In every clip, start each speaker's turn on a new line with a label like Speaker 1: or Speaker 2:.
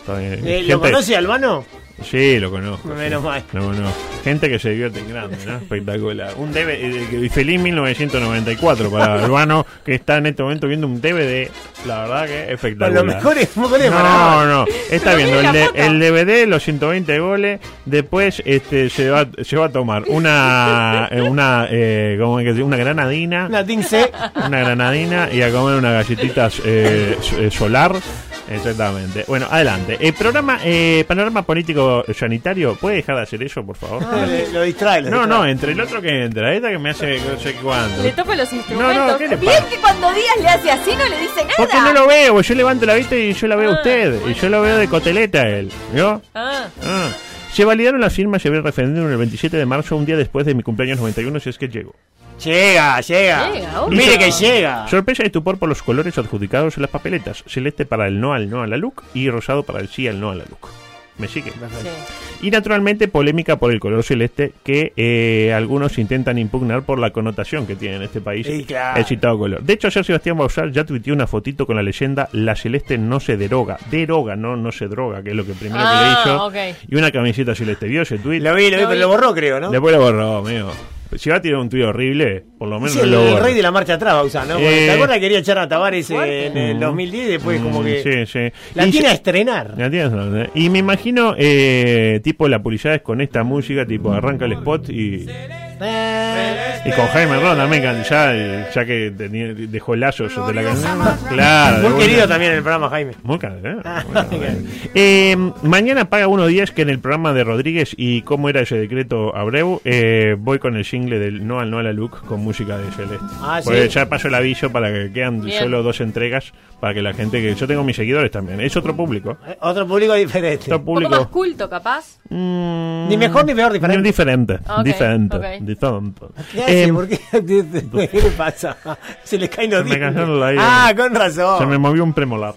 Speaker 1: Está bien.
Speaker 2: Eh,
Speaker 1: Gente-
Speaker 2: ¿Lo conoce, Albano?
Speaker 1: Sí, lo conozco.
Speaker 2: Menos mal.
Speaker 1: No, no. Gente que se divierte en grande, ¿no? Espectacular. Un DVD, eh, feliz 1994 para Urbano, que está en este momento viendo un DVD, la verdad que espectacular.
Speaker 2: Con los mejores goles de
Speaker 1: No,
Speaker 2: Maradona.
Speaker 1: no, está
Speaker 3: Pero
Speaker 1: viendo el,
Speaker 3: mira la
Speaker 1: de-
Speaker 3: foto.
Speaker 1: el DVD, los 120 goles, después este se va, se va a tomar una eh, una eh, ¿cómo es que se dice? una granadina,
Speaker 2: Una tince.
Speaker 1: una granadina y a comer unas galletitas eh, so- eh, solar. Exactamente. Bueno, adelante. El programa, eh, panorama político sanitario, ¿puede dejar de hacer eso, por
Speaker 3: Ah,
Speaker 1: favor?
Speaker 2: Eh, Le- Lo distrae. lo
Speaker 1: No,
Speaker 2: distrae.
Speaker 1: no, entre el otro que entra, esta que me hace no sé cuánto.
Speaker 3: Le topo los instrumentos.
Speaker 1: No, no, ¿qué le
Speaker 3: Bien
Speaker 1: pasa?
Speaker 3: que cuando Díaz le hace así no le dice nada.
Speaker 1: Porque no lo veo, yo levanto la vista y yo la veo a
Speaker 3: Ah,
Speaker 1: usted, y
Speaker 3: bueno.
Speaker 1: yo lo veo de coteleta a él, ¿vio?
Speaker 3: Ah,
Speaker 1: Ah. Se validaron las firmas y el referéndum el 27 de marzo, un día después de mi cumpleaños 91, si es que llego.
Speaker 2: Llega, llega.
Speaker 3: Llega, obvio.
Speaker 2: Mire que llega.
Speaker 1: Sorpresa y estupor por los colores adjudicados en las papeletas. Celeste para el no al no a la LUC y rosado para el sí al no a la LUC. ¿Me sigue?
Speaker 3: sí.
Speaker 1: Y naturalmente polémica por el color celeste que eh, algunos intentan impugnar por la connotación que tiene en este país
Speaker 2: Y claro.
Speaker 1: el citado color. De hecho, ayer Sebastián Bausar ya tuiteó una fotito con la leyenda La celeste no se deroga. Deroga, no, no se droga, que es lo que primero
Speaker 3: Ah,
Speaker 1: que le hizo.
Speaker 3: ok.
Speaker 1: Y una camiseta celeste. ¿Vio ese tuit?
Speaker 2: Lo vi, lo vi,
Speaker 3: Lo
Speaker 2: pero
Speaker 3: vi.
Speaker 2: lo borró, creo, ¿no?
Speaker 1: Después lo borró, amigo. Si va a tirar un tuyo horrible, por lo menos
Speaker 2: Sí,
Speaker 1: no
Speaker 2: el,
Speaker 1: lo borra.
Speaker 2: rey de la marcha atrás, Bausa, ¿no?
Speaker 1: Eh.
Speaker 2: ¿Te acuerdas que quería echar a Tavares en el
Speaker 1: Mm.
Speaker 2: 2010 y después como
Speaker 1: Mm, Sí,
Speaker 2: que...
Speaker 1: sí.
Speaker 2: La
Speaker 1: Y
Speaker 2: tiene
Speaker 1: yo-
Speaker 2: a estrenar.
Speaker 1: La tienes, ¿no? Y me imagino, eh, tipo, la publicidad es con esta música, tipo, arranca el spot y,
Speaker 2: Eh,
Speaker 1: y con Jaime Ron también, can- ya, eh, ya que tenía- dejó lazos de la canción. Claro, de
Speaker 2: Muy
Speaker 1: vuelta.
Speaker 2: querido Ah, también en el programa, Jaime.
Speaker 1: Muy caro, ¿eh? Muy caro. Eh, mañana paga unos días que en el programa de Rodríguez y cómo era ese decreto Abreu, eh, voy con el jingle del No al No a la Look con música de Celeste.
Speaker 2: Ah,
Speaker 1: Porque
Speaker 2: ¿sí?
Speaker 1: ya paso el aviso para que quedan
Speaker 3: Bien.
Speaker 1: solo dos entregas para que la gente que yo tengo mis seguidores también, es otro público.
Speaker 2: Eh, Otro público diferente.
Speaker 1: Otro
Speaker 3: Un poco más
Speaker 1: público.
Speaker 3: culto, capaz.
Speaker 1: mm,
Speaker 2: Ni mejor ni peor, diferente.
Speaker 1: ni diferente,
Speaker 3: Ok,
Speaker 1: diferente,
Speaker 3: ok.
Speaker 1: diferente.
Speaker 2: ¿Qué hace?
Speaker 1: Eh,
Speaker 2: ¿Por qué? ¿Qué le pasa? Se le caen los
Speaker 1: Se me
Speaker 2: dientes.
Speaker 1: cayeron los dientes.
Speaker 2: Ah, con
Speaker 1: Se me
Speaker 2: razón.
Speaker 1: movió un premolar.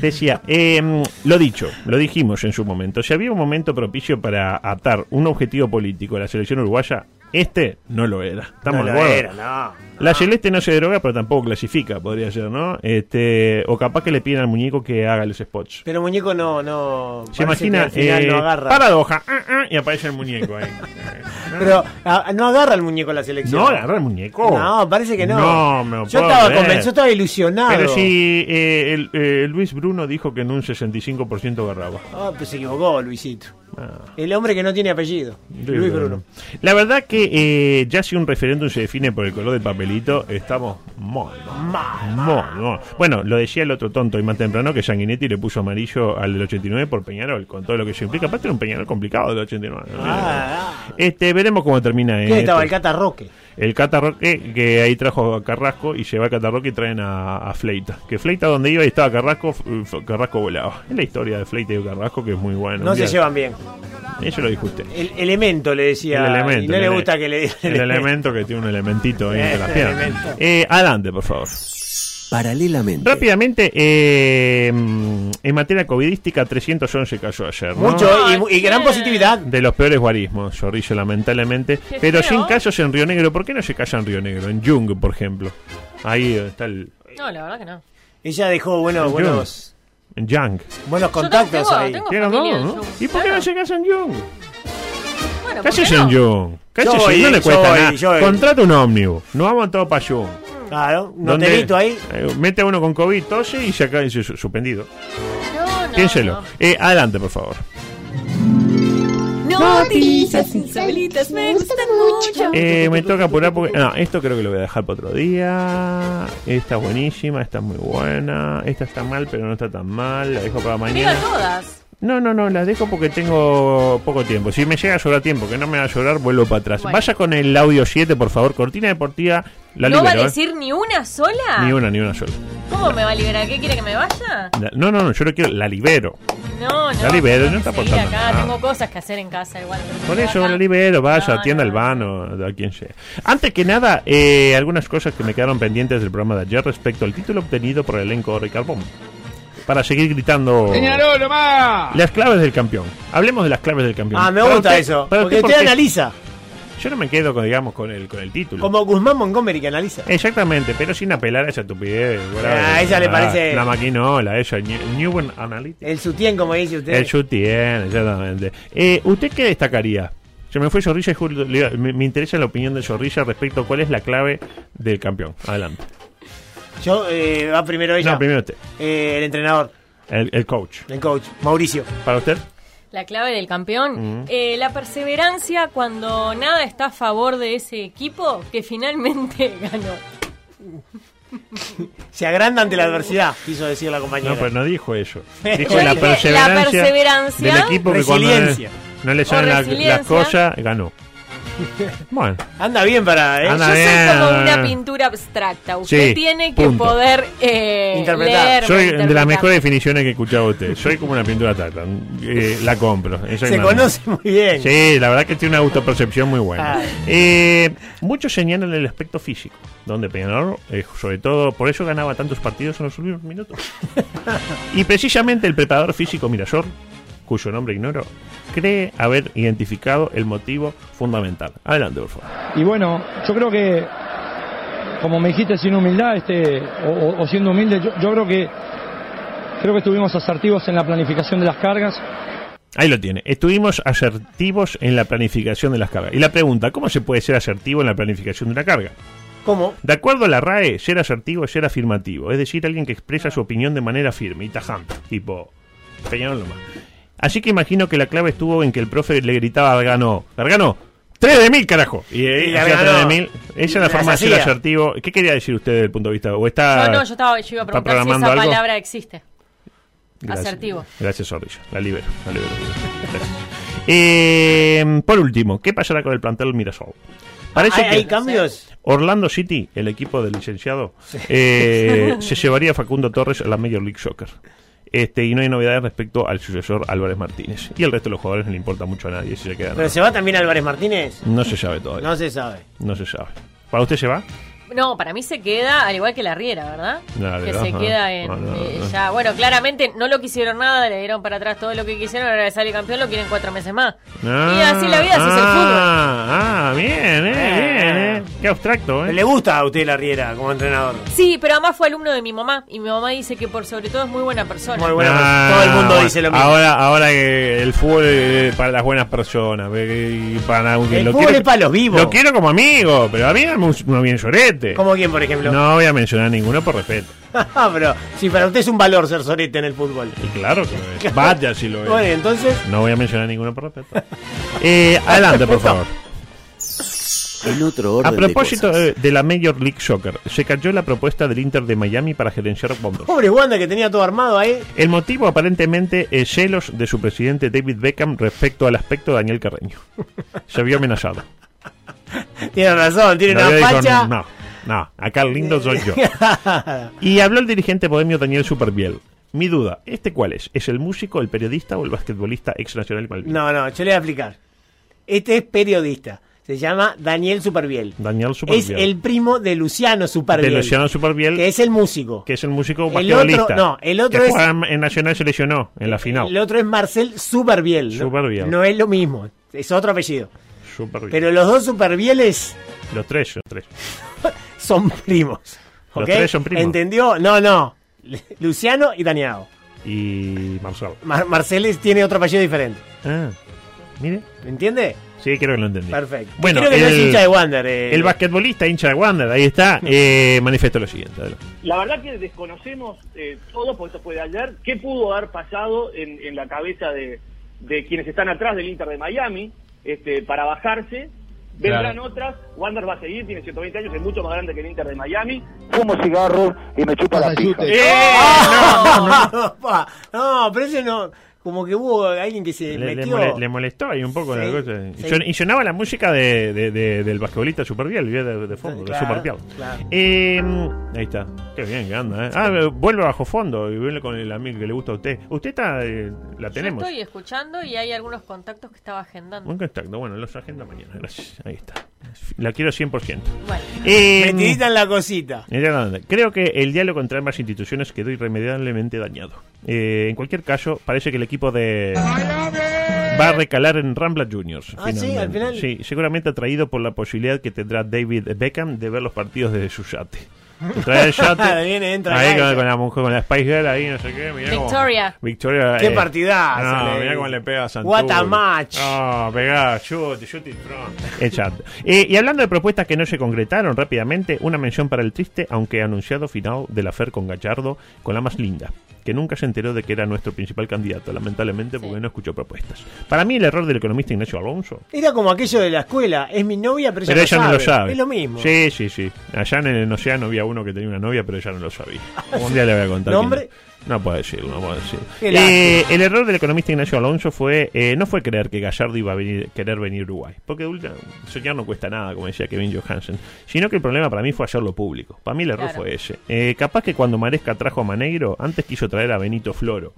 Speaker 1: Decía, em, lo dicho, lo dijimos en su momento. Si había un momento propicio para atar un objetivo político a la selección uruguaya, este no lo era. Estamos
Speaker 2: no
Speaker 1: de
Speaker 2: lo
Speaker 1: acuerdo.
Speaker 2: era, no.
Speaker 1: La celeste no se droga, pero tampoco clasifica, podría ser, ¿no? Este, o capaz que le piden al muñeco que haga los spots.
Speaker 2: Pero muñeco no, no.
Speaker 1: Se
Speaker 2: parece que
Speaker 1: imagina,
Speaker 2: al final
Speaker 1: eh,
Speaker 2: no agarra.
Speaker 1: paradoja, ah, ah, y aparece el muñeco ahí.
Speaker 2: Pero ah, no agarra el muñeco la selección.
Speaker 1: no agarra el muñeco.
Speaker 2: No, parece que no.
Speaker 1: No, me lo
Speaker 2: yo
Speaker 1: puedo
Speaker 2: estaba
Speaker 1: creer.
Speaker 2: convencido, yo estaba ilusionado.
Speaker 1: Pero si eh, el- eh, Luis Bruno dijo que en un 65% agarraba.
Speaker 2: Ah, pues se equivocó, Luisito.
Speaker 1: Ah.
Speaker 2: El hombre que no tiene apellido. Luis Bruno.
Speaker 1: La verdad que eh, ya si un referéndum se define por el color del papelito, estamos mal, mal, mal, mal. Bueno, lo decía el otro tonto y más temprano que Sanguinetti le puso amarillo al del 89 por Peñarol, con todo lo que eso implica. Aparte era un Peñarol complicado del 89. ¿no?
Speaker 2: Ah, ah.
Speaker 1: Este, veremos cómo termina
Speaker 2: ¿Quién
Speaker 1: esto.
Speaker 2: estaba? El Cata Roque.
Speaker 1: El Catarroque, que ahí trajo a Carrasco y lleva a Catarroque y traen a, a Fleita. Que Fleita donde iba y estaba Carrasco, f- f- Carrasco volaba. Es la historia de Fleita y Carrasco que es muy buena.
Speaker 2: No
Speaker 1: Un
Speaker 2: se
Speaker 1: día-
Speaker 2: llevan bien.
Speaker 1: Eso lo dijo usted.
Speaker 2: El elemento le decía.
Speaker 1: El elemento.
Speaker 2: y no
Speaker 1: el
Speaker 2: le
Speaker 1: ele-
Speaker 2: gusta que le digan
Speaker 1: El elemento que tiene un elementito ahí entre las
Speaker 2: El
Speaker 1: piernas.
Speaker 2: elemento.
Speaker 1: Eh, adelante, por favor.
Speaker 4: Paralelamente.
Speaker 1: Rápidamente, eh, mm, en materia covidística, 311 cayó ayer. ¿no?
Speaker 2: Mucho y mu- y, gran
Speaker 3: Bien.
Speaker 2: positividad.
Speaker 1: De los peores guarismos, zorrillo, lamentablemente.
Speaker 3: Qué
Speaker 1: Pero
Speaker 3: feo.
Speaker 1: sin casos en Río Negro. ¿Por qué no se calla en Río Negro? En Jung, por ejemplo. Ahí está el.
Speaker 3: No, la verdad que no.
Speaker 2: Ella dejó buenos,
Speaker 1: El
Speaker 2: buenos,
Speaker 1: En Jung.
Speaker 2: buenos
Speaker 3: Yo
Speaker 2: contactos
Speaker 3: tengo-
Speaker 2: ahí.
Speaker 3: tengo
Speaker 1: Tiene
Speaker 3: familia
Speaker 1: razón,
Speaker 3: en
Speaker 1: ¿no?
Speaker 3: Jung,
Speaker 1: ¿Y por qué
Speaker 3: claro.
Speaker 1: no se casa en Jung?
Speaker 3: Bueno, ¿por
Speaker 1: Cállese
Speaker 3: qué no?
Speaker 1: en Jung. Cállese,
Speaker 2: Yo voy,
Speaker 1: no le
Speaker 2: yo
Speaker 1: cuesta
Speaker 2: voy,
Speaker 1: nada.
Speaker 2: yo voy.
Speaker 1: Contrata un ómnibus. Nos vamos todos para Jung.
Speaker 2: Claro, un
Speaker 1: Donde-
Speaker 2: hotelito ahí.
Speaker 1: eh, Mete a uno con COVID, tose y se acaba y se- su- suspendido.
Speaker 3: No, no,
Speaker 1: Piénselo.
Speaker 3: no.
Speaker 1: Eh, adelante, por favor.
Speaker 5: Noticias
Speaker 3: insólitas, me gustan mucho.
Speaker 1: Eh, me toca apurar porque. No, esto creo que lo voy a dejar para otro día. Esta es buenísima, esta es muy buena. Esta está mal, pero no está tan mal. La dejo para
Speaker 3: Mira
Speaker 1: mañana.
Speaker 3: todas.
Speaker 1: No, no, no, la dejo porque tengo poco tiempo. Si me llega a llorar tiempo, que no me va a llorar, vuelvo para atrás.
Speaker 3: Bueno.
Speaker 1: Vaya con el audio 7, por favor. Cortina deportiva. La
Speaker 3: ¿No va
Speaker 1: libero,
Speaker 3: a
Speaker 1: eh.
Speaker 3: decir ni una sola?
Speaker 1: Ni una, ni una sola.
Speaker 3: ¿Cómo me va a liberar? ¿Qué quiere que me vaya?
Speaker 1: La- No, no, no, yo no quiero. La libero.
Speaker 3: No, no.
Speaker 1: La libero, no está
Speaker 3: Seguir
Speaker 1: aportando
Speaker 3: acá,
Speaker 1: nada.
Speaker 3: tengo cosas que hacer en casa igual.
Speaker 1: Por eso
Speaker 3: Acá.
Speaker 1: lo libero, vaya,
Speaker 3: No,
Speaker 1: tienda
Speaker 3: no.
Speaker 1: al vano, a quien sea. Antes que nada, eh, algunas cosas que me quedaron pendientes del programa de ayer respecto al título obtenido por el elenco de Ricarbón. Para seguir gritando las claves del campeón. Hablemos de las claves del campeón.
Speaker 2: Ah, me
Speaker 1: Para
Speaker 2: gusta
Speaker 1: usted-
Speaker 2: eso.
Speaker 1: para
Speaker 2: Porque
Speaker 1: usted, ¿por
Speaker 2: usted
Speaker 1: qué?
Speaker 2: analiza.
Speaker 1: Yo no me quedo con, digamos, con el, con el título.
Speaker 2: Como Guzmán Montgomery que analiza.
Speaker 1: Exactamente, pero sin apelar a esa estupidez.
Speaker 2: Ah, ella le parece-
Speaker 1: La maquinola, ella, New- Newman Analytics.
Speaker 2: El sutien, como dice usted.
Speaker 1: El shoot tiene, exactamente. Eh, ¿Usted qué destacaría? Se me fue Zorrilla y Julio- le- me, me interesa la opinión de Zorrilla respecto a cuál es la clave del campeón. Adelante.
Speaker 2: Yo, eh, va primero ella.
Speaker 1: No, primero usted.
Speaker 2: Eh, el entrenador,
Speaker 1: El, el coach.
Speaker 2: el coach, Mauricio.
Speaker 1: ¿Para usted?
Speaker 3: La clave del campeón,
Speaker 1: Mm.
Speaker 3: eh, la perseverancia cuando nada está a favor de ese equipo que finalmente ganó.
Speaker 2: Se agranda ante la adversidad, quiso decir la compañera.
Speaker 1: No, pero no dijo eso. Dijo
Speaker 3: Yo
Speaker 1: la
Speaker 3: dije la
Speaker 1: perseverancia,
Speaker 3: perseverancia.
Speaker 1: del equipo que cuando
Speaker 2: Resiliencia.
Speaker 1: no le salen
Speaker 3: O
Speaker 1: la-
Speaker 3: resiliencia.
Speaker 1: las cosas, ganó. Bueno,
Speaker 2: Anda bien para, ¿eh?
Speaker 1: Anda
Speaker 3: Yo
Speaker 1: bien,
Speaker 3: soy como
Speaker 1: anda
Speaker 3: una
Speaker 1: bien.
Speaker 3: pintura abstracta. Usted
Speaker 1: Sí,
Speaker 3: tiene que
Speaker 1: punto.
Speaker 3: poder eh,
Speaker 2: Interpretar.
Speaker 3: leerme,
Speaker 1: soy de las
Speaker 3: interpretar.
Speaker 1: mejores definiciones que he escuchado usted. Soy como una pintura tata. Eh, la compro. Esa es
Speaker 2: Se
Speaker 1: una-
Speaker 2: conoce muy bien.
Speaker 1: Sí, la verdad que tiene una autopercepción muy buena.
Speaker 2: Ah.
Speaker 1: Eh, muchos señalan el aspecto físico, donde Peñarol, eh, sobre todo, por eso ganaba tantos partidos en los últimos minutos. y precisamente el preparador físico Mirasol, cuyo nombre ignoro, cree haber identificado el motivo fundamental. Adelante, por favor.
Speaker 6: Y bueno, yo creo que, como me dijiste sin humildad, este, o, o- o siendo humilde, yo, yo creo que creo que estuvimos asertivos en la planificación de las cargas.
Speaker 1: Ahí lo tiene. Estuvimos asertivos en la planificación de las cargas. Y la pregunta, ¿cómo se puede ser asertivo en la planificación de una carga?
Speaker 2: ¿Cómo?
Speaker 1: De acuerdo a la RAE, ser asertivo es ser afirmativo, es decir, alguien que expresa su opinión de manera firme y tajante, tipo Peñarol nomás. Así que imagino que la clave estuvo en que el profe le gritaba a Gargano, Gargano, ¡Tres de mil, carajo! Y,
Speaker 2: Y
Speaker 1: él hacía
Speaker 2: Gargano
Speaker 1: tres de mil. Esa es la
Speaker 2: las
Speaker 1: forma de ser
Speaker 2: hacía.
Speaker 1: asertivo. ¿Qué quería decir usted desde el punto de vista? ¿O está,
Speaker 3: No, no, yo, estaba, yo iba a
Speaker 1: está
Speaker 3: preguntar si
Speaker 1: programando
Speaker 3: esa
Speaker 1: algo?
Speaker 3: palabra existe.
Speaker 1: Gracias.
Speaker 3: Asertivo.
Speaker 1: Gracias, Zorrilla. La libero. La libero. Gracias. Eh, por último, ¿qué pasará con el plantel Mirasol? Parece
Speaker 2: ¿Hay,
Speaker 1: que
Speaker 2: hay cambios?
Speaker 1: Orlando City, el equipo del licenciado, eh, se llevaría a Facundo Torres a la Major League Soccer. Este, y no hay novedades respecto al sucesor Álvarez Martínez. Y el resto de los jugadores no le importa mucho a nadie si se quedan. o
Speaker 2: ¿Pero se va también Álvarez Martínez?
Speaker 1: No No se sabe todavía.
Speaker 2: No se sabe.
Speaker 1: No se sabe. ¿Para usted se va?
Speaker 3: No, para mí se queda, al igual que la Riera, ¿verdad?
Speaker 1: Dale,
Speaker 3: que
Speaker 1: ajá.
Speaker 3: se queda en...
Speaker 1: No, no,
Speaker 3: eh,
Speaker 1: no.
Speaker 3: ya, bueno, claramente no lo quisieron nada, le dieron para atrás todo lo que quisieron, ahora que sale campeón lo quieren cuatro meses más. y así la vida, así es el fútbol.
Speaker 1: Ah, ah, bien, eh, bien, eh. Qué abstracto, eh.
Speaker 2: ¿Le gusta a usted la Riera como entrenador?
Speaker 3: Sí, pero además fue alumno de mi mamá, y mi mamá dice que por sobre todo es muy buena persona.
Speaker 2: Muy buena
Speaker 1: Ah,
Speaker 2: persona. pues, Todo el mundo
Speaker 1: bueno.
Speaker 2: dice lo mismo.
Speaker 1: Ahora, ahora que el fútbol es para las buenas personas. eh, y Para, que
Speaker 2: El fútbol es para los vivos.
Speaker 1: Lo quiero como amigo, pero a mí dame un- uno bien llorete.
Speaker 2: ¿Como quién, por ejemplo?
Speaker 1: No voy a mencionar ninguno por respeto.
Speaker 2: pero si para usted es un valor ser sorete en el fútbol.
Speaker 1: Y claro que lo es. Vaya si lo
Speaker 2: Bueno,
Speaker 1: es.
Speaker 2: entonces,
Speaker 1: No voy a mencionar ninguno por respeto. Eh, adelante, por favor.
Speaker 4: En otro orden
Speaker 1: A
Speaker 4: de
Speaker 1: propósito
Speaker 4: cosas.
Speaker 1: eh, de la Major League Soccer, se cayó la propuesta del Inter de Miami para gerenciar bombos.
Speaker 2: pobre Wanda que tenía todo armado ahí.
Speaker 1: El motivo aparentemente es celos de su presidente David Beckham respecto al aspecto de Daniel Carreño. Se vio amenazado.
Speaker 2: Tiene razón, tiene
Speaker 1: Lo
Speaker 2: una
Speaker 1: vio y dijo,
Speaker 2: facha.
Speaker 1: no, no, acá el lindo soy yo. Y habló el dirigente bohemio Daniel Superbiel. Mi duda, ¿este cuál es? ¿Es el músico, el periodista o el basquetbolista ex nacional malvino?
Speaker 2: No, no, yo le voy a explicar. Este es periodista. Se llama Daniel Superbiel.
Speaker 1: Daniel
Speaker 2: Es
Speaker 1: Superbiel.
Speaker 2: el primo de Luciano
Speaker 1: de
Speaker 2: Superbiel.
Speaker 1: Luciano Superbiel,
Speaker 2: Que es el músico.
Speaker 1: que es el músico
Speaker 2: El
Speaker 1: basquetbolista.
Speaker 2: otro- no, el otro
Speaker 1: Que
Speaker 2: es-
Speaker 1: juega en- en Nacional se lesionó en la final.
Speaker 2: El otro es Marcel Superbiel. ¿no?
Speaker 1: Superbiel.
Speaker 2: No es lo mismo. Es otro apellido.
Speaker 1: Superbiel.
Speaker 2: Pero los dos Superbieles
Speaker 1: Los tres, los tres.
Speaker 2: son primos.
Speaker 1: Los
Speaker 2: ¿ok?
Speaker 1: tres son primos.
Speaker 2: ¿Entendió? No, no. Luciano y Daniado.
Speaker 1: Y Marcelo.
Speaker 2: Mar Marceles tiene otro apellido diferente.
Speaker 1: Ah, mire.
Speaker 2: ¿Me entiende?
Speaker 1: Sí, creo que lo entendí.
Speaker 2: Perfecto.
Speaker 1: Bueno,
Speaker 2: Creo que no es
Speaker 1: el-
Speaker 2: hincha de Wander. eh.
Speaker 1: El basquetbolista hincha de Wander, ahí está, eh, manifestó lo siguiente. adelante.
Speaker 7: La verdad que desconocemos eh, todo, porque esto fue de ayer, qué pudo haber pasado en, en la cabeza de, de quienes están atrás del Inter de Miami este, para bajarse. Vendrán
Speaker 1: Claro.
Speaker 7: otras, Wander va a seguir, tiene 120 años, es mucho más grande que el Inter de Miami.
Speaker 8: fumo cigarro y me chupa la pija.
Speaker 2: ¡Eh!
Speaker 7: ¡Eh!
Speaker 2: Ah, no, pa. No, pero ese no. Como que hubo alguien que se
Speaker 1: Le, le
Speaker 2: Eh, metió.
Speaker 1: mole- le molestó ahí un poco la
Speaker 2: Sí,
Speaker 1: cosa. Y,
Speaker 2: sí.
Speaker 1: son- y sonaba la música de, de- de- del basquetbolista Supervial, de, de, de fondo,
Speaker 2: Claro,
Speaker 1: de Supervial.
Speaker 2: claro.
Speaker 1: Eh, ahí está. Qué bien que anda, ¿eh? Ah, eh, vuelve bajo fondo y vuelve con el amigo que le gusta a usted. Usted está, eh, la tenemos.
Speaker 3: Yo estoy escuchando y hay algunos contactos que estaba agendando.
Speaker 1: Un contacto, bueno, los agenda mañana, gracias. Ahí está. La quiero 100%.
Speaker 3: Bueno.
Speaker 1: Eh,
Speaker 2: Metidita en la cosita.
Speaker 1: Mira, Hernández, Creo que el diálogo entre ambas instituciones quedó irremediablemente dañado. Eh, en cualquier caso, parece que el equipo de va a recalar en Rambla Juniors.
Speaker 2: Ah, sí, al final.
Speaker 1: Sí, seguramente atraído por la posibilidad que tendrá David Beckham de ver los partidos desde su yate. Trae el yate.
Speaker 2: Viene, entra
Speaker 1: ahí
Speaker 2: acá.
Speaker 1: con, con la mujer, con la Spice Girl, ahí no sé qué. mirá cómo-
Speaker 3: Victoria.
Speaker 1: Victoria.
Speaker 2: Qué partidazo,
Speaker 1: Eh, No,
Speaker 2: le-
Speaker 1: mirá cómo le pega a Santur.
Speaker 2: What a match.
Speaker 1: No, pegá, chute, chute y tron. Exacto. Eh, y hablando de propuestas que no se concretaron rápidamente, una mención para el triste, aunque anunciado final de la FER con Gallardo, con la más linda, que nunca se enteró de que era nuestro principal candidato, lamentablemente porque no escuchó propuestas. Para mí el error del economista Ignacio Alonso.
Speaker 2: Era como aquello de la escuela. Es mi novia, pero,
Speaker 1: Pero
Speaker 2: ella,
Speaker 1: ella no lo sabe.
Speaker 2: Es lo mismo.
Speaker 1: Sí, sí, sí. Allá en el océano había uno que tenía una novia, pero ella no lo sabía. Un día le voy a contar. quién
Speaker 2: ¿Nombre?
Speaker 1: es. No puedo decirlo, no puedo decirlo.
Speaker 2: Qué
Speaker 1: Eh, el error del economista Ignacio Alonso fue eh, no fue creer que Gallardo iba a venir, querer venir a Uruguay, porque de última, soñar no cuesta nada, como decía Kevin Johansen, sino que el problema para mí fue hacerlo público. Para mí el error
Speaker 3: Claro.
Speaker 1: fue ese. Eh, capaz que cuando Maresca trajo a Maneiro, antes quiso traer a Benito Floro,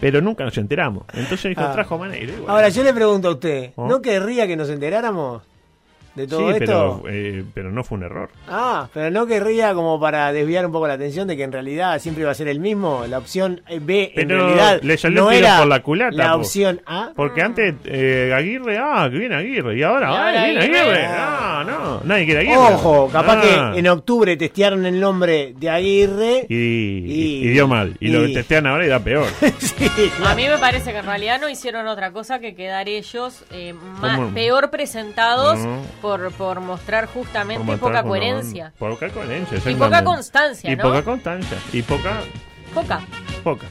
Speaker 1: pero nunca nos enteramos. Entonces dijo,
Speaker 2: Ah.
Speaker 1: trajo a Maneiro. y bueno.
Speaker 2: Ahora yo le pregunto a usted,
Speaker 1: ¿Oh?
Speaker 2: ¿no querría que nos enteráramos de todo
Speaker 1: sí,
Speaker 2: esto.
Speaker 1: Pero, eh, pero no fue un error.
Speaker 2: Ah, pero no querría como para desviar un poco la atención de que en realidad siempre iba a ser el mismo. La opción B en
Speaker 1: Pero
Speaker 2: realidad
Speaker 1: le salió
Speaker 2: no
Speaker 1: el tiro
Speaker 2: era
Speaker 1: por la culata, po.
Speaker 2: opción A.
Speaker 1: Porque antes eh, Aguirre, ah, que viene Aguirre. Y ahora,
Speaker 2: Y
Speaker 1: ah,
Speaker 2: ahora
Speaker 1: viene
Speaker 2: Aguirre.
Speaker 1: Aguirre. Ah, no, nadie quiere Aguirre.
Speaker 2: Ojo, capaz
Speaker 1: Ah.
Speaker 2: que en octubre testearon el nombre de Aguirre.
Speaker 1: Y, y- y dio mal. Y, lo
Speaker 2: y-
Speaker 1: testean ahora y da peor.
Speaker 3: A mí me parece que en realidad no hicieron otra cosa que quedar ellos eh, más-
Speaker 1: ¿Cómo?
Speaker 3: peor presentados
Speaker 1: No.
Speaker 3: por, por mostrar justamente
Speaker 1: Por
Speaker 3: poca
Speaker 1: matar, no,
Speaker 3: coherencia.
Speaker 1: Poca coherencia,
Speaker 3: Y
Speaker 1: exactamente.
Speaker 3: poca constancia,
Speaker 1: Y
Speaker 3: ¿no?
Speaker 1: poca constancia. Y poca,
Speaker 3: Poca.
Speaker 1: poca.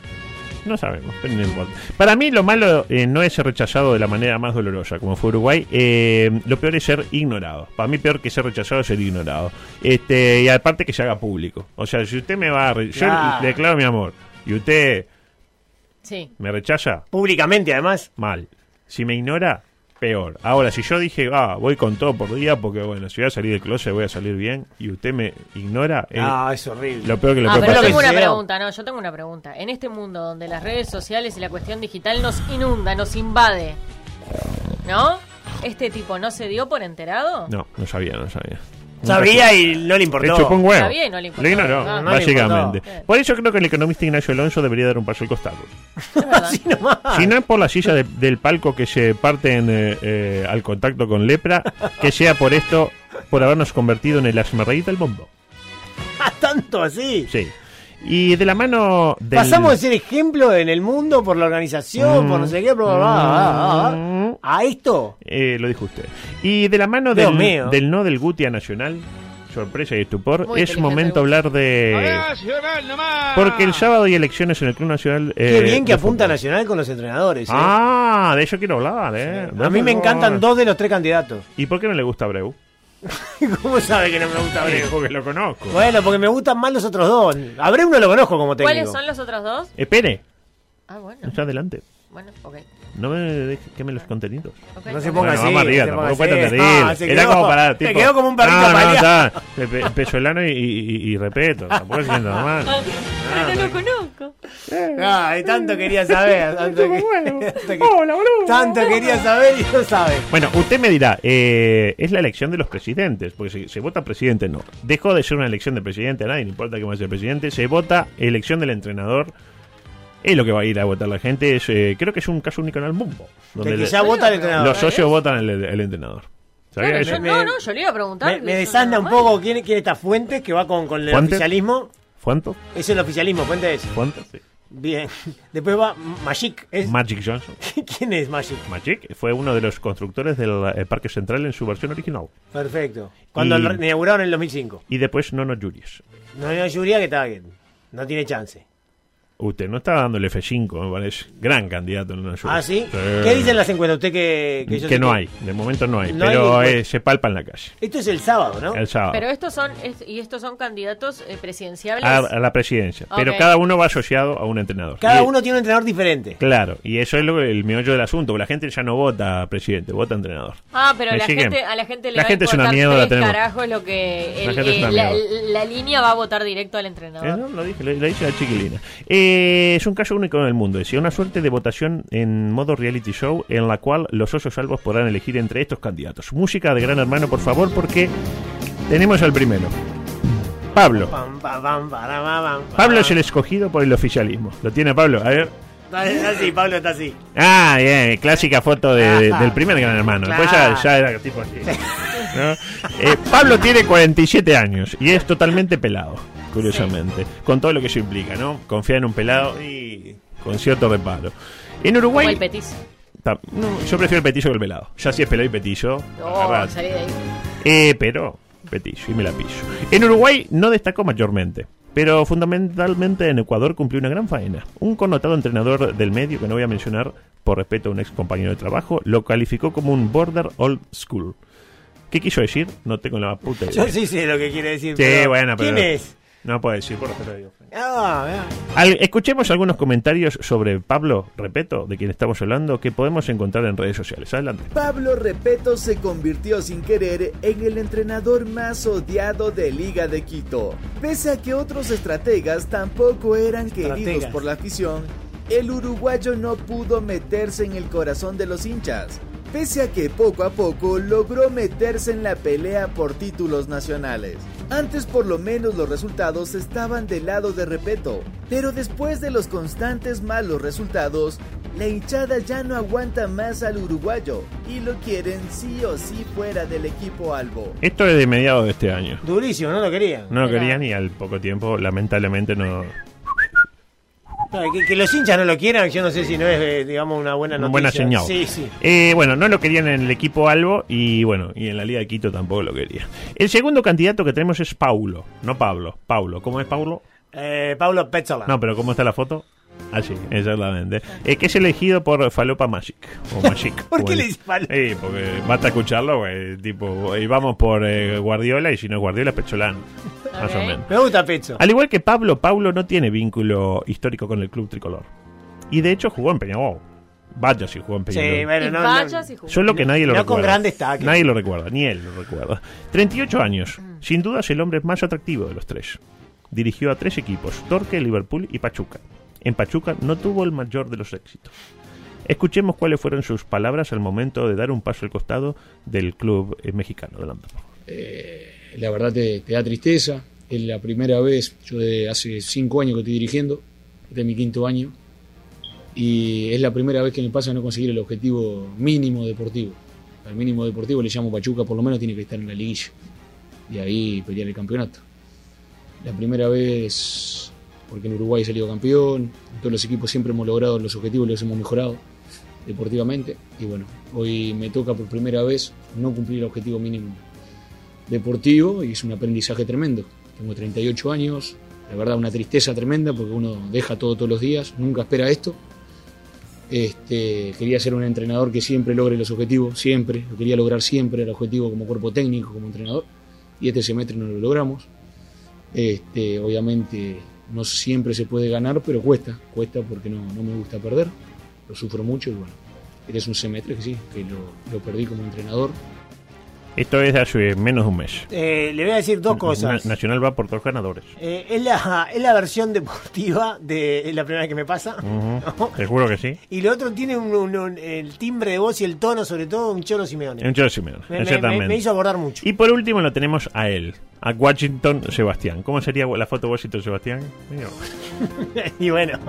Speaker 1: No sabemos, pero no importa. Para mí lo malo eh, no es ser rechazado de la manera más dolorosa, como fue Uruguay. Eh, lo peor es ser ignorado. Para mí peor que ser rechazado es ser ignorado. Este, y aparte que se haga público. O sea, si usted me va a... re-
Speaker 2: Claro.
Speaker 1: Yo le declaro mi amor. Y usted
Speaker 3: Sí.
Speaker 1: me rechaza,
Speaker 2: Públicamente, además.
Speaker 1: mal. Si me ignora, peor. Ahora, si yo dije, ah, voy con todo por día, porque bueno, si voy a salir del closet voy a salir bien, y usted me ignora, es
Speaker 2: Ah, es horrible.
Speaker 1: Eh, lo peor que le
Speaker 3: Ah,
Speaker 1: puede
Speaker 3: pero yo
Speaker 1: pasar.
Speaker 3: tengo una pregunta, no, yo tengo una pregunta. En este mundo donde las redes sociales y la cuestión digital nos inunda, nos invade, ¿no? ¿Este tipo no se dio por enterado?
Speaker 1: No, no sabía, no sabía.
Speaker 2: Sabía y no le importó.
Speaker 1: Le chupó un huevo.
Speaker 3: Sabía y no le importó.
Speaker 1: ignoró,
Speaker 3: No, no le Eh.
Speaker 1: básicamente.
Speaker 3: importó.
Speaker 1: Por eso creo que el economista Ignacio Alonso debería dar un paso al costado.
Speaker 2: Así nomás.
Speaker 1: Si no es por la silla de- del palco que se parten eh, eh, al contacto con lepra, que sea por esto, por habernos convertido en el asmerreír del bombo.
Speaker 2: Tanto así.
Speaker 1: Sí. Y de la mano del... Mm.
Speaker 2: Pasamos de ser ejemplo en el mundo por la organización, por no sé qué, bla, bla, bla,
Speaker 1: Mm.
Speaker 2: bla, bla, a esto.
Speaker 1: Eh, lo dijo usted. Y de la mano
Speaker 2: Dios
Speaker 1: del,
Speaker 2: mío.
Speaker 1: del no del Guti a Nacional, sorpresa y estupor,
Speaker 2: Muy
Speaker 1: es
Speaker 2: inteligente
Speaker 1: momento
Speaker 2: el Guti.
Speaker 1: hablar de... Porque el sábado hay elecciones en el Club Nacional.
Speaker 2: Qué
Speaker 1: eh,
Speaker 2: bien que
Speaker 1: de
Speaker 2: apunta
Speaker 1: fútbol.
Speaker 2: Nacional con los entrenadores. ¿eh?
Speaker 1: Ah, de eso quiero hablar, ¿eh?
Speaker 2: a mí me encantan dos de los tres candidatos.
Speaker 1: ¿Y por qué no le gusta Breu?
Speaker 2: ¿Cómo sabe que no me gusta Abreu?
Speaker 1: Eh, porque lo conozco.
Speaker 2: Bueno, porque me gustan más los otros dos. Abreu no lo conozco como técnico.
Speaker 3: ¿Cuáles son los otros dos?
Speaker 1: Espere,
Speaker 3: Ah, bueno.
Speaker 1: Eh, está adelante.
Speaker 3: Bueno, ok.
Speaker 1: No me deje queme los contenidos.
Speaker 3: ok.
Speaker 2: No se ponga
Speaker 1: Bueno,
Speaker 2: así.
Speaker 1: vamos arriba,
Speaker 2: se ponga
Speaker 1: tampoco fue
Speaker 2: así.
Speaker 1: tan terrible.
Speaker 2: Ah, se
Speaker 1: Era
Speaker 2: quedó-
Speaker 1: como para.
Speaker 2: se
Speaker 1: Tipo,
Speaker 2: quedó como un perrito
Speaker 1: no, no,
Speaker 2: paliado.
Speaker 1: está. Pe- pe- Pesolano y, y, y- y respeto. Tampoco es que sea normal.
Speaker 3: Pero Ah, no lo conozco.
Speaker 2: Ay, Eh, tanto quería saber. Tanto, que- tanto que- tanto quería saber y no sabe.
Speaker 1: Bueno, usted me dirá, eh, es la elección de los presidentes, porque si se vota presidente, no. Dejó de ser una elección de presidente, a nadie le importa que vaya el presidente, se vota elección del entrenador. Es lo que va a ir a votar la gente. es, eh, creo que es un caso único en el mundo.
Speaker 2: De que
Speaker 1: le-
Speaker 2: ya vota el entrenador.
Speaker 1: los socios votan al al entrenador. ¿Sabía
Speaker 3: Claro,
Speaker 1: eso?
Speaker 3: yo- no, no, yo le iba a preguntar.
Speaker 2: Me,
Speaker 3: eso
Speaker 2: me
Speaker 3: no
Speaker 2: desanda
Speaker 3: era
Speaker 2: un
Speaker 3: normal.
Speaker 2: poco quién, quién está Fuentes, que va con, con el
Speaker 1: ¿Fuentes?
Speaker 2: oficialismo.
Speaker 1: ¿Cuánto?
Speaker 2: Es el oficialismo, Fuentes.
Speaker 1: ¿Cuánto? Sí.
Speaker 2: Bien. Después va Magic. ¿Es?
Speaker 1: Magic Johnson.
Speaker 2: ¿Quién es Magic?
Speaker 1: Magic fue uno de los constructores del eh, Parque Central en su versión original.
Speaker 2: Perfecto. Cuando
Speaker 1: Y-
Speaker 2: lo re- inauguraron en el 2005.
Speaker 1: Y después Nono Julius.
Speaker 2: No había Yuria que estaba bien. No tiene chance.
Speaker 1: Usted no está dando el F5, me parece. Gran candidato Nono Julius.
Speaker 2: ¿Ah, sí? ¿Qué dicen las encuestas? Usted que...
Speaker 1: Que,
Speaker 2: yo sé
Speaker 1: no hay, de momento no hay,
Speaker 2: No hay
Speaker 1: pero
Speaker 2: ningún-
Speaker 1: eh, se palpa en la calle.
Speaker 2: Esto es el sábado, ¿no?
Speaker 1: El sábado.
Speaker 3: Pero estos son, es- y estos son candidatos eh, presidenciables.
Speaker 1: A, a la presidencia.
Speaker 3: Ok.
Speaker 1: Pero cada uno va asociado a un entrenador.
Speaker 2: Cada
Speaker 1: Y-
Speaker 2: uno tiene un entrenador diferente.
Speaker 1: Claro, y eso es lo- el meollo del asunto. porque La gente ya no vota presidente, vota entrenador.
Speaker 3: Ah, pero
Speaker 1: ¿Me
Speaker 3: la
Speaker 1: siguen?
Speaker 3: gente, a la gente le
Speaker 1: La
Speaker 3: va
Speaker 1: gente
Speaker 3: a
Speaker 1: es una
Speaker 3: importar
Speaker 1: mierda, la
Speaker 3: tres
Speaker 1: tenemos.
Speaker 3: carajos lo que
Speaker 1: La
Speaker 3: el-
Speaker 1: gente es
Speaker 3: eh,
Speaker 1: una
Speaker 3: la,
Speaker 1: mierda.
Speaker 3: la línea va a votar directo al entrenador.
Speaker 1: Eh, no, lo dije, lo, lo dije a la chiquilina. Eh, es un caso único en el mundo. Decía una suerte de votación en modo reality show en la cual los osos salvos podrán elegir entre estos candidatos. Música de Gran Hermano, por favor, porque tenemos al primero. Pablo.
Speaker 2: Pam, pam, pam, para, pam, pam.
Speaker 1: Pablo es el escogido por el oficialismo. Lo tiene Pablo. A ver.
Speaker 2: Está está así, Pablo está así.
Speaker 1: Ah, bien, clásica foto de- del primer gran hermano. Después ya,
Speaker 2: Claro.
Speaker 1: ya era tipo así. ¿no? Eh, Pablo tiene 47 años y es totalmente pelado, curiosamente. Con todo lo que eso implica, ¿no? Confía en un pelado y con cierto reparo. En
Speaker 3: Como el
Speaker 1: Uruguay,
Speaker 3: petiso.
Speaker 1: ta- no, yo prefiero el petillo que el pelado. Ya si es pelado y petillo,
Speaker 3: No,
Speaker 1: agarrate.
Speaker 3: Oh, salí de ahí.
Speaker 1: Eh, pero, petillo, y me la pillo. En Uruguay no destacó mayormente, pero fundamentalmente en Ecuador cumplió una gran faena. Un connotado entrenador del medio, que no voy a mencionar por respeto a un ex compañero de trabajo, lo calificó como un border old school. ¿Qué quiso decir? No tengo la puta idea.
Speaker 2: Yo sí sé lo que quiere decir.
Speaker 1: Sí,
Speaker 2: pero-
Speaker 1: bueno, pero.
Speaker 2: ¿Quién es?
Speaker 1: No puedo decir, por respeto a Dios.
Speaker 2: Ah, vea.
Speaker 1: Al- escuchemos algunos comentarios sobre Pablo, repeto, de quien estamos hablando, que podemos encontrar en redes sociales. Adelante.
Speaker 9: Pablo Repeto se convirtió sin querer en el entrenador más odiado de Liga de Quito. Pese a que otros estrategas tampoco eran queridos
Speaker 2: Estrategas.
Speaker 9: por la afición, el uruguayo no pudo meterse en el corazón de los hinchas. pese a que poco a poco logró meterse en la pelea por títulos nacionales. Antes por lo menos los resultados estaban del lado de Repeto, pero después de los constantes malos resultados, la hinchada ya no aguanta más al uruguayo y lo quieren sí o sí fuera del equipo albo.
Speaker 1: Esto es de mediados de este año.
Speaker 2: Durísimo, no lo querían.
Speaker 1: No lo querían y al poco tiempo, lamentablemente, no.
Speaker 2: No, que, que los hinchas no lo quieran, yo no sé si no es, eh, digamos, una buena
Speaker 1: Una
Speaker 2: noticia.
Speaker 1: buena señal.
Speaker 2: Sí, sí.
Speaker 1: Eh, bueno, no lo querían en el equipo Albo y bueno, y en la Liga de Quito tampoco lo quería. El segundo candidato que tenemos es Paulo, no Pablo. Paulo, ¿cómo es Paulo?
Speaker 2: Eh, Pablo Petzola.
Speaker 1: No, pero ¿cómo está la foto? Así, exactamente. Eh, que es elegido por Falopa Magic. O Magic.
Speaker 2: ¿Por
Speaker 1: como
Speaker 2: qué le
Speaker 1: el-
Speaker 2: dice Falopa?
Speaker 1: Sí, porque basta escucharlo, güey, tipo, y vamos por eh, Guardiola y si no es Guardiola, Pecholano. Más o menos.
Speaker 2: Me gusta Pecho.
Speaker 1: Al igual que Pablo, Pablo no tiene vínculo histórico con el club tricolor. Y de hecho jugó en Peñarol. Vaya si jugó en Peñarol.
Speaker 2: Sí, bueno,
Speaker 3: Y
Speaker 2: no, no.
Speaker 3: vaya si jugó.
Speaker 1: Solo que nadie lo
Speaker 2: No
Speaker 1: recuerda.
Speaker 2: con gran destaque.
Speaker 1: Nadie lo recuerda, ni él lo recuerda. 38 años.
Speaker 2: Mm.
Speaker 1: Sin duda es el hombre más atractivo de los tres. Dirigió a tres equipos, Torque, Liverpool y Pachuca. En Pachuca no tuvo el mayor de los éxitos. Escuchemos cuáles fueron sus palabras al momento de dar un paso al costado del club eh, mexicano. Adelante.
Speaker 10: Eh, la verdad te, te da tristeza. Es la primera vez, yo de hace cinco años que estoy dirigiendo, este es mi quinto año, y es la primera vez que me pasa no conseguir el objetivo mínimo deportivo. Al mínimo deportivo le llamo Pachuca, por lo menos tiene que estar en la liguilla y ahí pelear el campeonato. La primera vez, porque en Uruguay he salido campeón, en todos los equipos siempre hemos logrado los objetivos, los hemos mejorado deportivamente, y bueno, hoy me toca por primera vez no cumplir el objetivo mínimo deportivo y es un aprendizaje tremendo. Tengo 38 años, la verdad una tristeza tremenda porque uno deja todo todos los días, nunca espera esto. Este, quería ser un entrenador que siempre logre los objetivos, siempre, lo quería lograr siempre, el objetivo como cuerpo técnico, como entrenador, y este semestre no lo logramos. Este, obviamente no siempre se puede ganar, pero cuesta, cuesta porque no, no me gusta perder, lo sufro mucho y bueno, eres un semestre que sí, que lo- lo perdí como entrenador,
Speaker 1: Esto es de hace menos de un mes.
Speaker 2: Eh, le voy a decir dos cosas.
Speaker 1: Na- Nacional va por dos ganadores.
Speaker 2: Eh, es, la, es la versión deportiva de es la primera vez que me pasa.
Speaker 1: Mm. Ujú, Te juro que sí.
Speaker 2: Y lo otro tiene un- un- un- el timbre de voz y el tono, sobre todo, un Cholo Simeone.
Speaker 1: Es un Cholo Simeone,
Speaker 2: Me- me-
Speaker 1: exactamente.
Speaker 2: Me, me hizo acordar mucho.
Speaker 1: Y por último lo tenemos a él, a Washington Sebastián. ¿Cómo sería la foto de Washington Sebastián? Mira.
Speaker 2: y bueno,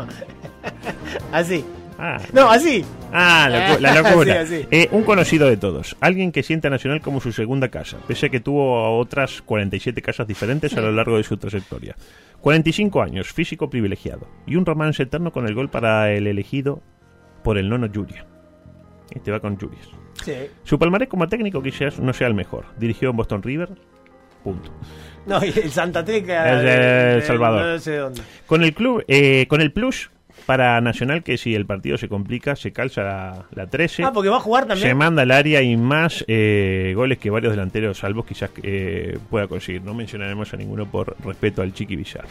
Speaker 2: así.
Speaker 1: Ah.
Speaker 2: No, así.
Speaker 1: Ah, locu- la locura.
Speaker 2: Así, así.
Speaker 1: Eh, un conocido de todos, alguien que siente a Nacional como su segunda casa, pese a que tuvo a otras 47 casas diferentes a lo largo de su trayectoria. 45 años, físico privilegiado, y un romance eterno con el gol para el elegido por el nono Julia. Este va con Julius.
Speaker 2: Sí.
Speaker 1: Su palmarés como técnico quizás no sea el mejor. Dirigió en Boston River, punto.
Speaker 2: No, y el Santa Teca.
Speaker 1: Es, eh,
Speaker 2: de-
Speaker 1: El
Speaker 2: de-
Speaker 1: Salvador.
Speaker 2: No sé dónde.
Speaker 1: Con el club, eh, con el plus para Nacional, que si el partido se complica, se calza la, la 13.
Speaker 2: Ah, porque va a jugar también.
Speaker 1: Se manda al área y más eh, goles que varios delanteros salvos quizás eh, pueda conseguir. No mencionaremos a ninguno por respeto al Chiqui Villar.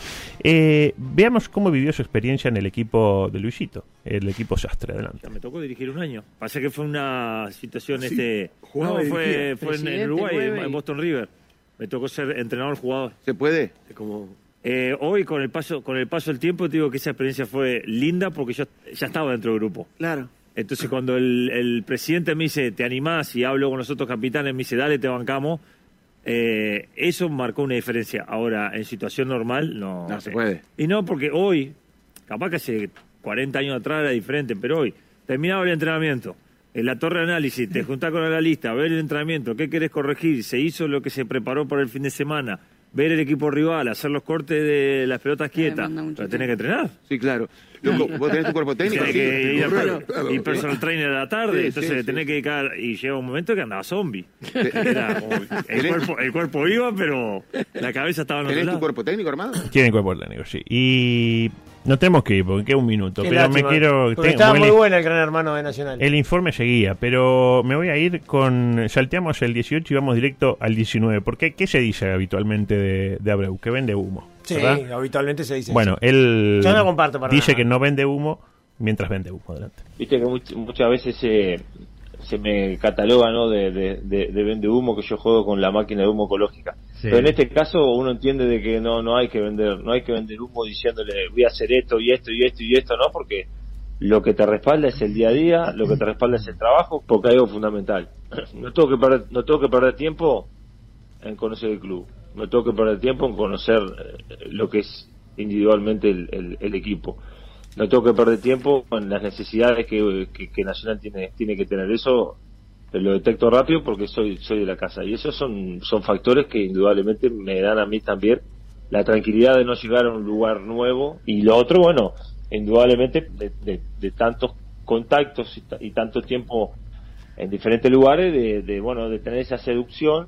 Speaker 1: Eh, veamos cómo vivió su experiencia en el equipo de Luisito, el equipo Sastre. Adelante.
Speaker 11: Me tocó dirigir un año. Pasa que fue una situación
Speaker 1: Sí,
Speaker 11: este.
Speaker 1: jugaba
Speaker 11: No,
Speaker 1: y
Speaker 11: fue,
Speaker 1: dirigía.
Speaker 11: fue en- en
Speaker 1: Presidente,
Speaker 11: Uruguay, en-
Speaker 1: nueve y-
Speaker 11: en Boston River. Me tocó ser entrenador jugador. ¿Se puede? Como eh, hoy con el paso con el paso del tiempo te digo que esa experiencia fue linda porque yo ya estaba dentro del grupo.
Speaker 12: Claro.
Speaker 11: Entonces cuando el, el presidente me dice, "¿Te animás?" y hablo con los otros capitanes, me dice, "Dale, te bancamos." eh, eso marcó una diferencia. Ahora, en situación normal, no.
Speaker 12: No se
Speaker 11: eh,
Speaker 12: puede.
Speaker 11: y no, porque hoy, capaz que hace 40 años atrás era diferente, pero hoy, terminaba el entrenamiento, en la torre de análisis, te juntás con la lista, ver el entrenamiento, qué querés corregir, se hizo lo que se preparó para el fin de semana, ver el equipo rival, hacer los cortes de las pelotas quietas,
Speaker 12: manda mucho
Speaker 11: pero tenés que entrenar.
Speaker 12: Sí, claro. Loco, vos tenés tu cuerpo técnico.
Speaker 11: Tenés
Speaker 12: sí,
Speaker 1: Eh,
Speaker 11: que ir a-
Speaker 12: claro, claro.
Speaker 11: y personal trainer a la tarde,
Speaker 12: Sí,
Speaker 11: entonces
Speaker 12: sí, sí.
Speaker 11: tenés que dedicar, y llega un momento que andaba zombie.
Speaker 12: Te-
Speaker 11: Era como- el,
Speaker 12: Tenés-
Speaker 11: cuerpo, el cuerpo iba, pero la cabeza estaba en otro
Speaker 12: ¿Tenés tu
Speaker 11: lado.
Speaker 12: cuerpo técnico, hermano?
Speaker 1: Tienen cuerpo técnico, sí. Y nos tenemos que ir porque queda un minuto.
Speaker 2: Qué
Speaker 1: pero
Speaker 2: lástima,
Speaker 1: me quiero.
Speaker 2: porque
Speaker 1: tengo-
Speaker 2: estaba
Speaker 1: huele-
Speaker 2: muy bueno el gran hermano de Nacional.
Speaker 1: El informe seguía, pero me voy a ir con. Salteamos el 18 y vamos directo al 19. Porque, ¿qué se dice habitualmente de, de Abreu? Que vende humo.
Speaker 2: sí,
Speaker 1: ¿verdad?
Speaker 2: habitualmente se dice.
Speaker 1: Bueno,
Speaker 2: eso.
Speaker 1: él.
Speaker 2: Yo no comparto para
Speaker 1: Dice
Speaker 2: nada.
Speaker 1: que no vende humo mientras vende humo. Adelante.
Speaker 13: Viste que much- muchas veces se, se me cataloga ¿no? de, de, de, de vende humo que yo juego con la máquina de humo ecológica.
Speaker 14: Sí.
Speaker 13: Pero en este caso uno entiende de que no no hay que vender no hay que vender humo diciéndole voy a hacer esto y esto y esto y esto no porque Lo que te respalda es el día a día, lo que te respalda es el trabajo, porque hay algo fundamental. No tengo que perder, no tengo que perder tiempo en conocer el club, no tengo que perder tiempo en conocer eh, lo que es individualmente el, el- el equipo. No tengo que perder tiempo en las necesidades que, que- que Nacional tiene, tiene que tener. Eso eh, lo detecto rápido porque soy soy de la casa y esos son son factores que indudablemente me dan a mí también la tranquilidad de no llegar a un lugar nuevo y lo otro bueno indudablemente de, de- de tantos contactos y, ta- y tanto tiempo en diferentes lugares de, de, bueno de tener esa seducción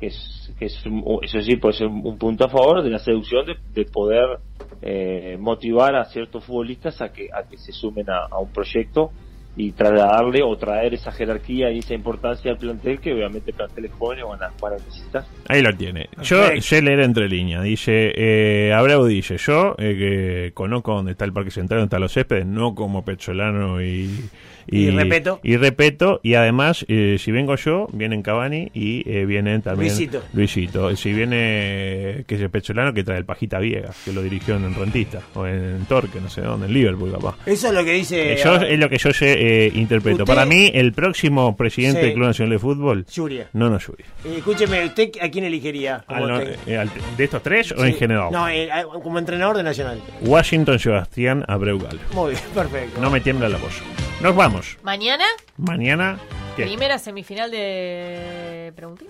Speaker 13: que es, que es un- eso sí puede ser un punto a favor de la seducción de, de poder eh, motivar a ciertos futbolistas a que a que se sumen a- a un proyecto y trasladarle o traer esa jerarquía y esa importancia al plantel que obviamente planteles jóvenes van a, van a necesitar.
Speaker 1: Ahí lo tiene. Yo sé leer entre líneas. Dice, eh, Abreu dice, yo eh, que conozco dónde está el Parque Central, dónde están los céspedes, no como Pecholano y...
Speaker 2: Y Repeto.
Speaker 1: Y Repeto. Y además, eh, si vengo yo, vienen Cavani y eh, vienen también...
Speaker 2: Luisito.
Speaker 1: Luisito. Si viene, eh, que es el Pecholano, que trae el Pajita Viega, que lo dirigió en Rentista, o en Torque, no sé dónde, en Liverpool capaz.
Speaker 2: Eso es lo que dice.
Speaker 1: Eh, yo- es lo que yo sé, eh, interpreto.
Speaker 2: Usted-
Speaker 1: Para mí, el próximo presidente
Speaker 2: Sí.
Speaker 1: del Club Nacional de Fútbol...
Speaker 2: Yuria.
Speaker 1: No, no, Yuri.
Speaker 2: Eh, escúcheme, ¿usted a quién elegiría? como
Speaker 1: Al no-
Speaker 2: técnico?
Speaker 1: eh, al- ¿De estos tres o
Speaker 2: Sí.
Speaker 1: en general?
Speaker 2: No, eh, a- como entrenador de Nacional.
Speaker 1: Washington Sebastián Abreu Galo.
Speaker 2: Muy bien, perfecto.
Speaker 1: No me tiembla la voz. Nos vamos.
Speaker 3: ¿Mañana?
Speaker 1: Mañana. ¿qué?
Speaker 3: Primera semifinal de. Preguntín.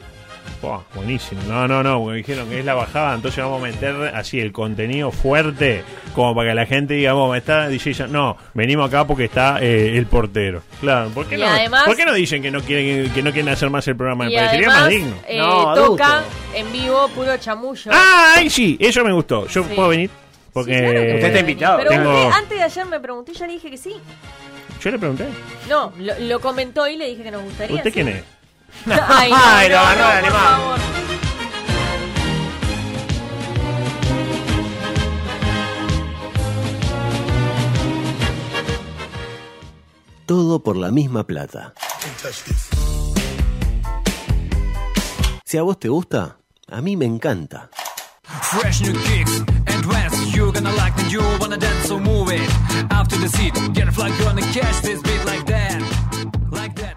Speaker 1: Buah, buenísimo. No, no, no. porque dijeron que es la bajada. Entonces vamos a meter así el contenido fuerte. Como para que la gente diga, "Vos, me está diciendo. No, venimos acá porque está eh, el portero. Claro. ¿Por qué,
Speaker 3: Y
Speaker 1: no,
Speaker 3: además-
Speaker 1: ¿por qué no dicen que no quieren que no quieren hacer más el programa? Me
Speaker 3: Y
Speaker 1: parecería
Speaker 3: además,
Speaker 1: más digno.
Speaker 3: eh,
Speaker 1: no,
Speaker 3: toca en vivo puro chamullo.
Speaker 1: Ah, ahí sí. Eso me gustó. Yo
Speaker 3: Sí.
Speaker 1: puedo venir. Porque
Speaker 2: Usted está invitado.
Speaker 3: Pero
Speaker 1: Tengo-
Speaker 3: usted antes de ayer me preguntó y ya le dije que sí.
Speaker 1: Yo le pregunté.
Speaker 3: No, lo, lo comentó y le dije que nos gustaría.
Speaker 1: ¿Usted
Speaker 3: sí.
Speaker 1: quién es?
Speaker 3: Ay, no,
Speaker 2: Ay, lo
Speaker 3: no,
Speaker 2: agarró
Speaker 3: no,
Speaker 2: el
Speaker 3: por
Speaker 2: alemán.
Speaker 3: favor.
Speaker 4: Todo por la misma plata. Si a vos te gusta, a mí me encanta.
Speaker 14: Fresh new kicks and rest. You're gonna like that. You wanna dance, so move it. Up to the seat. Get a flag, gonna catch this beat like that. Like that.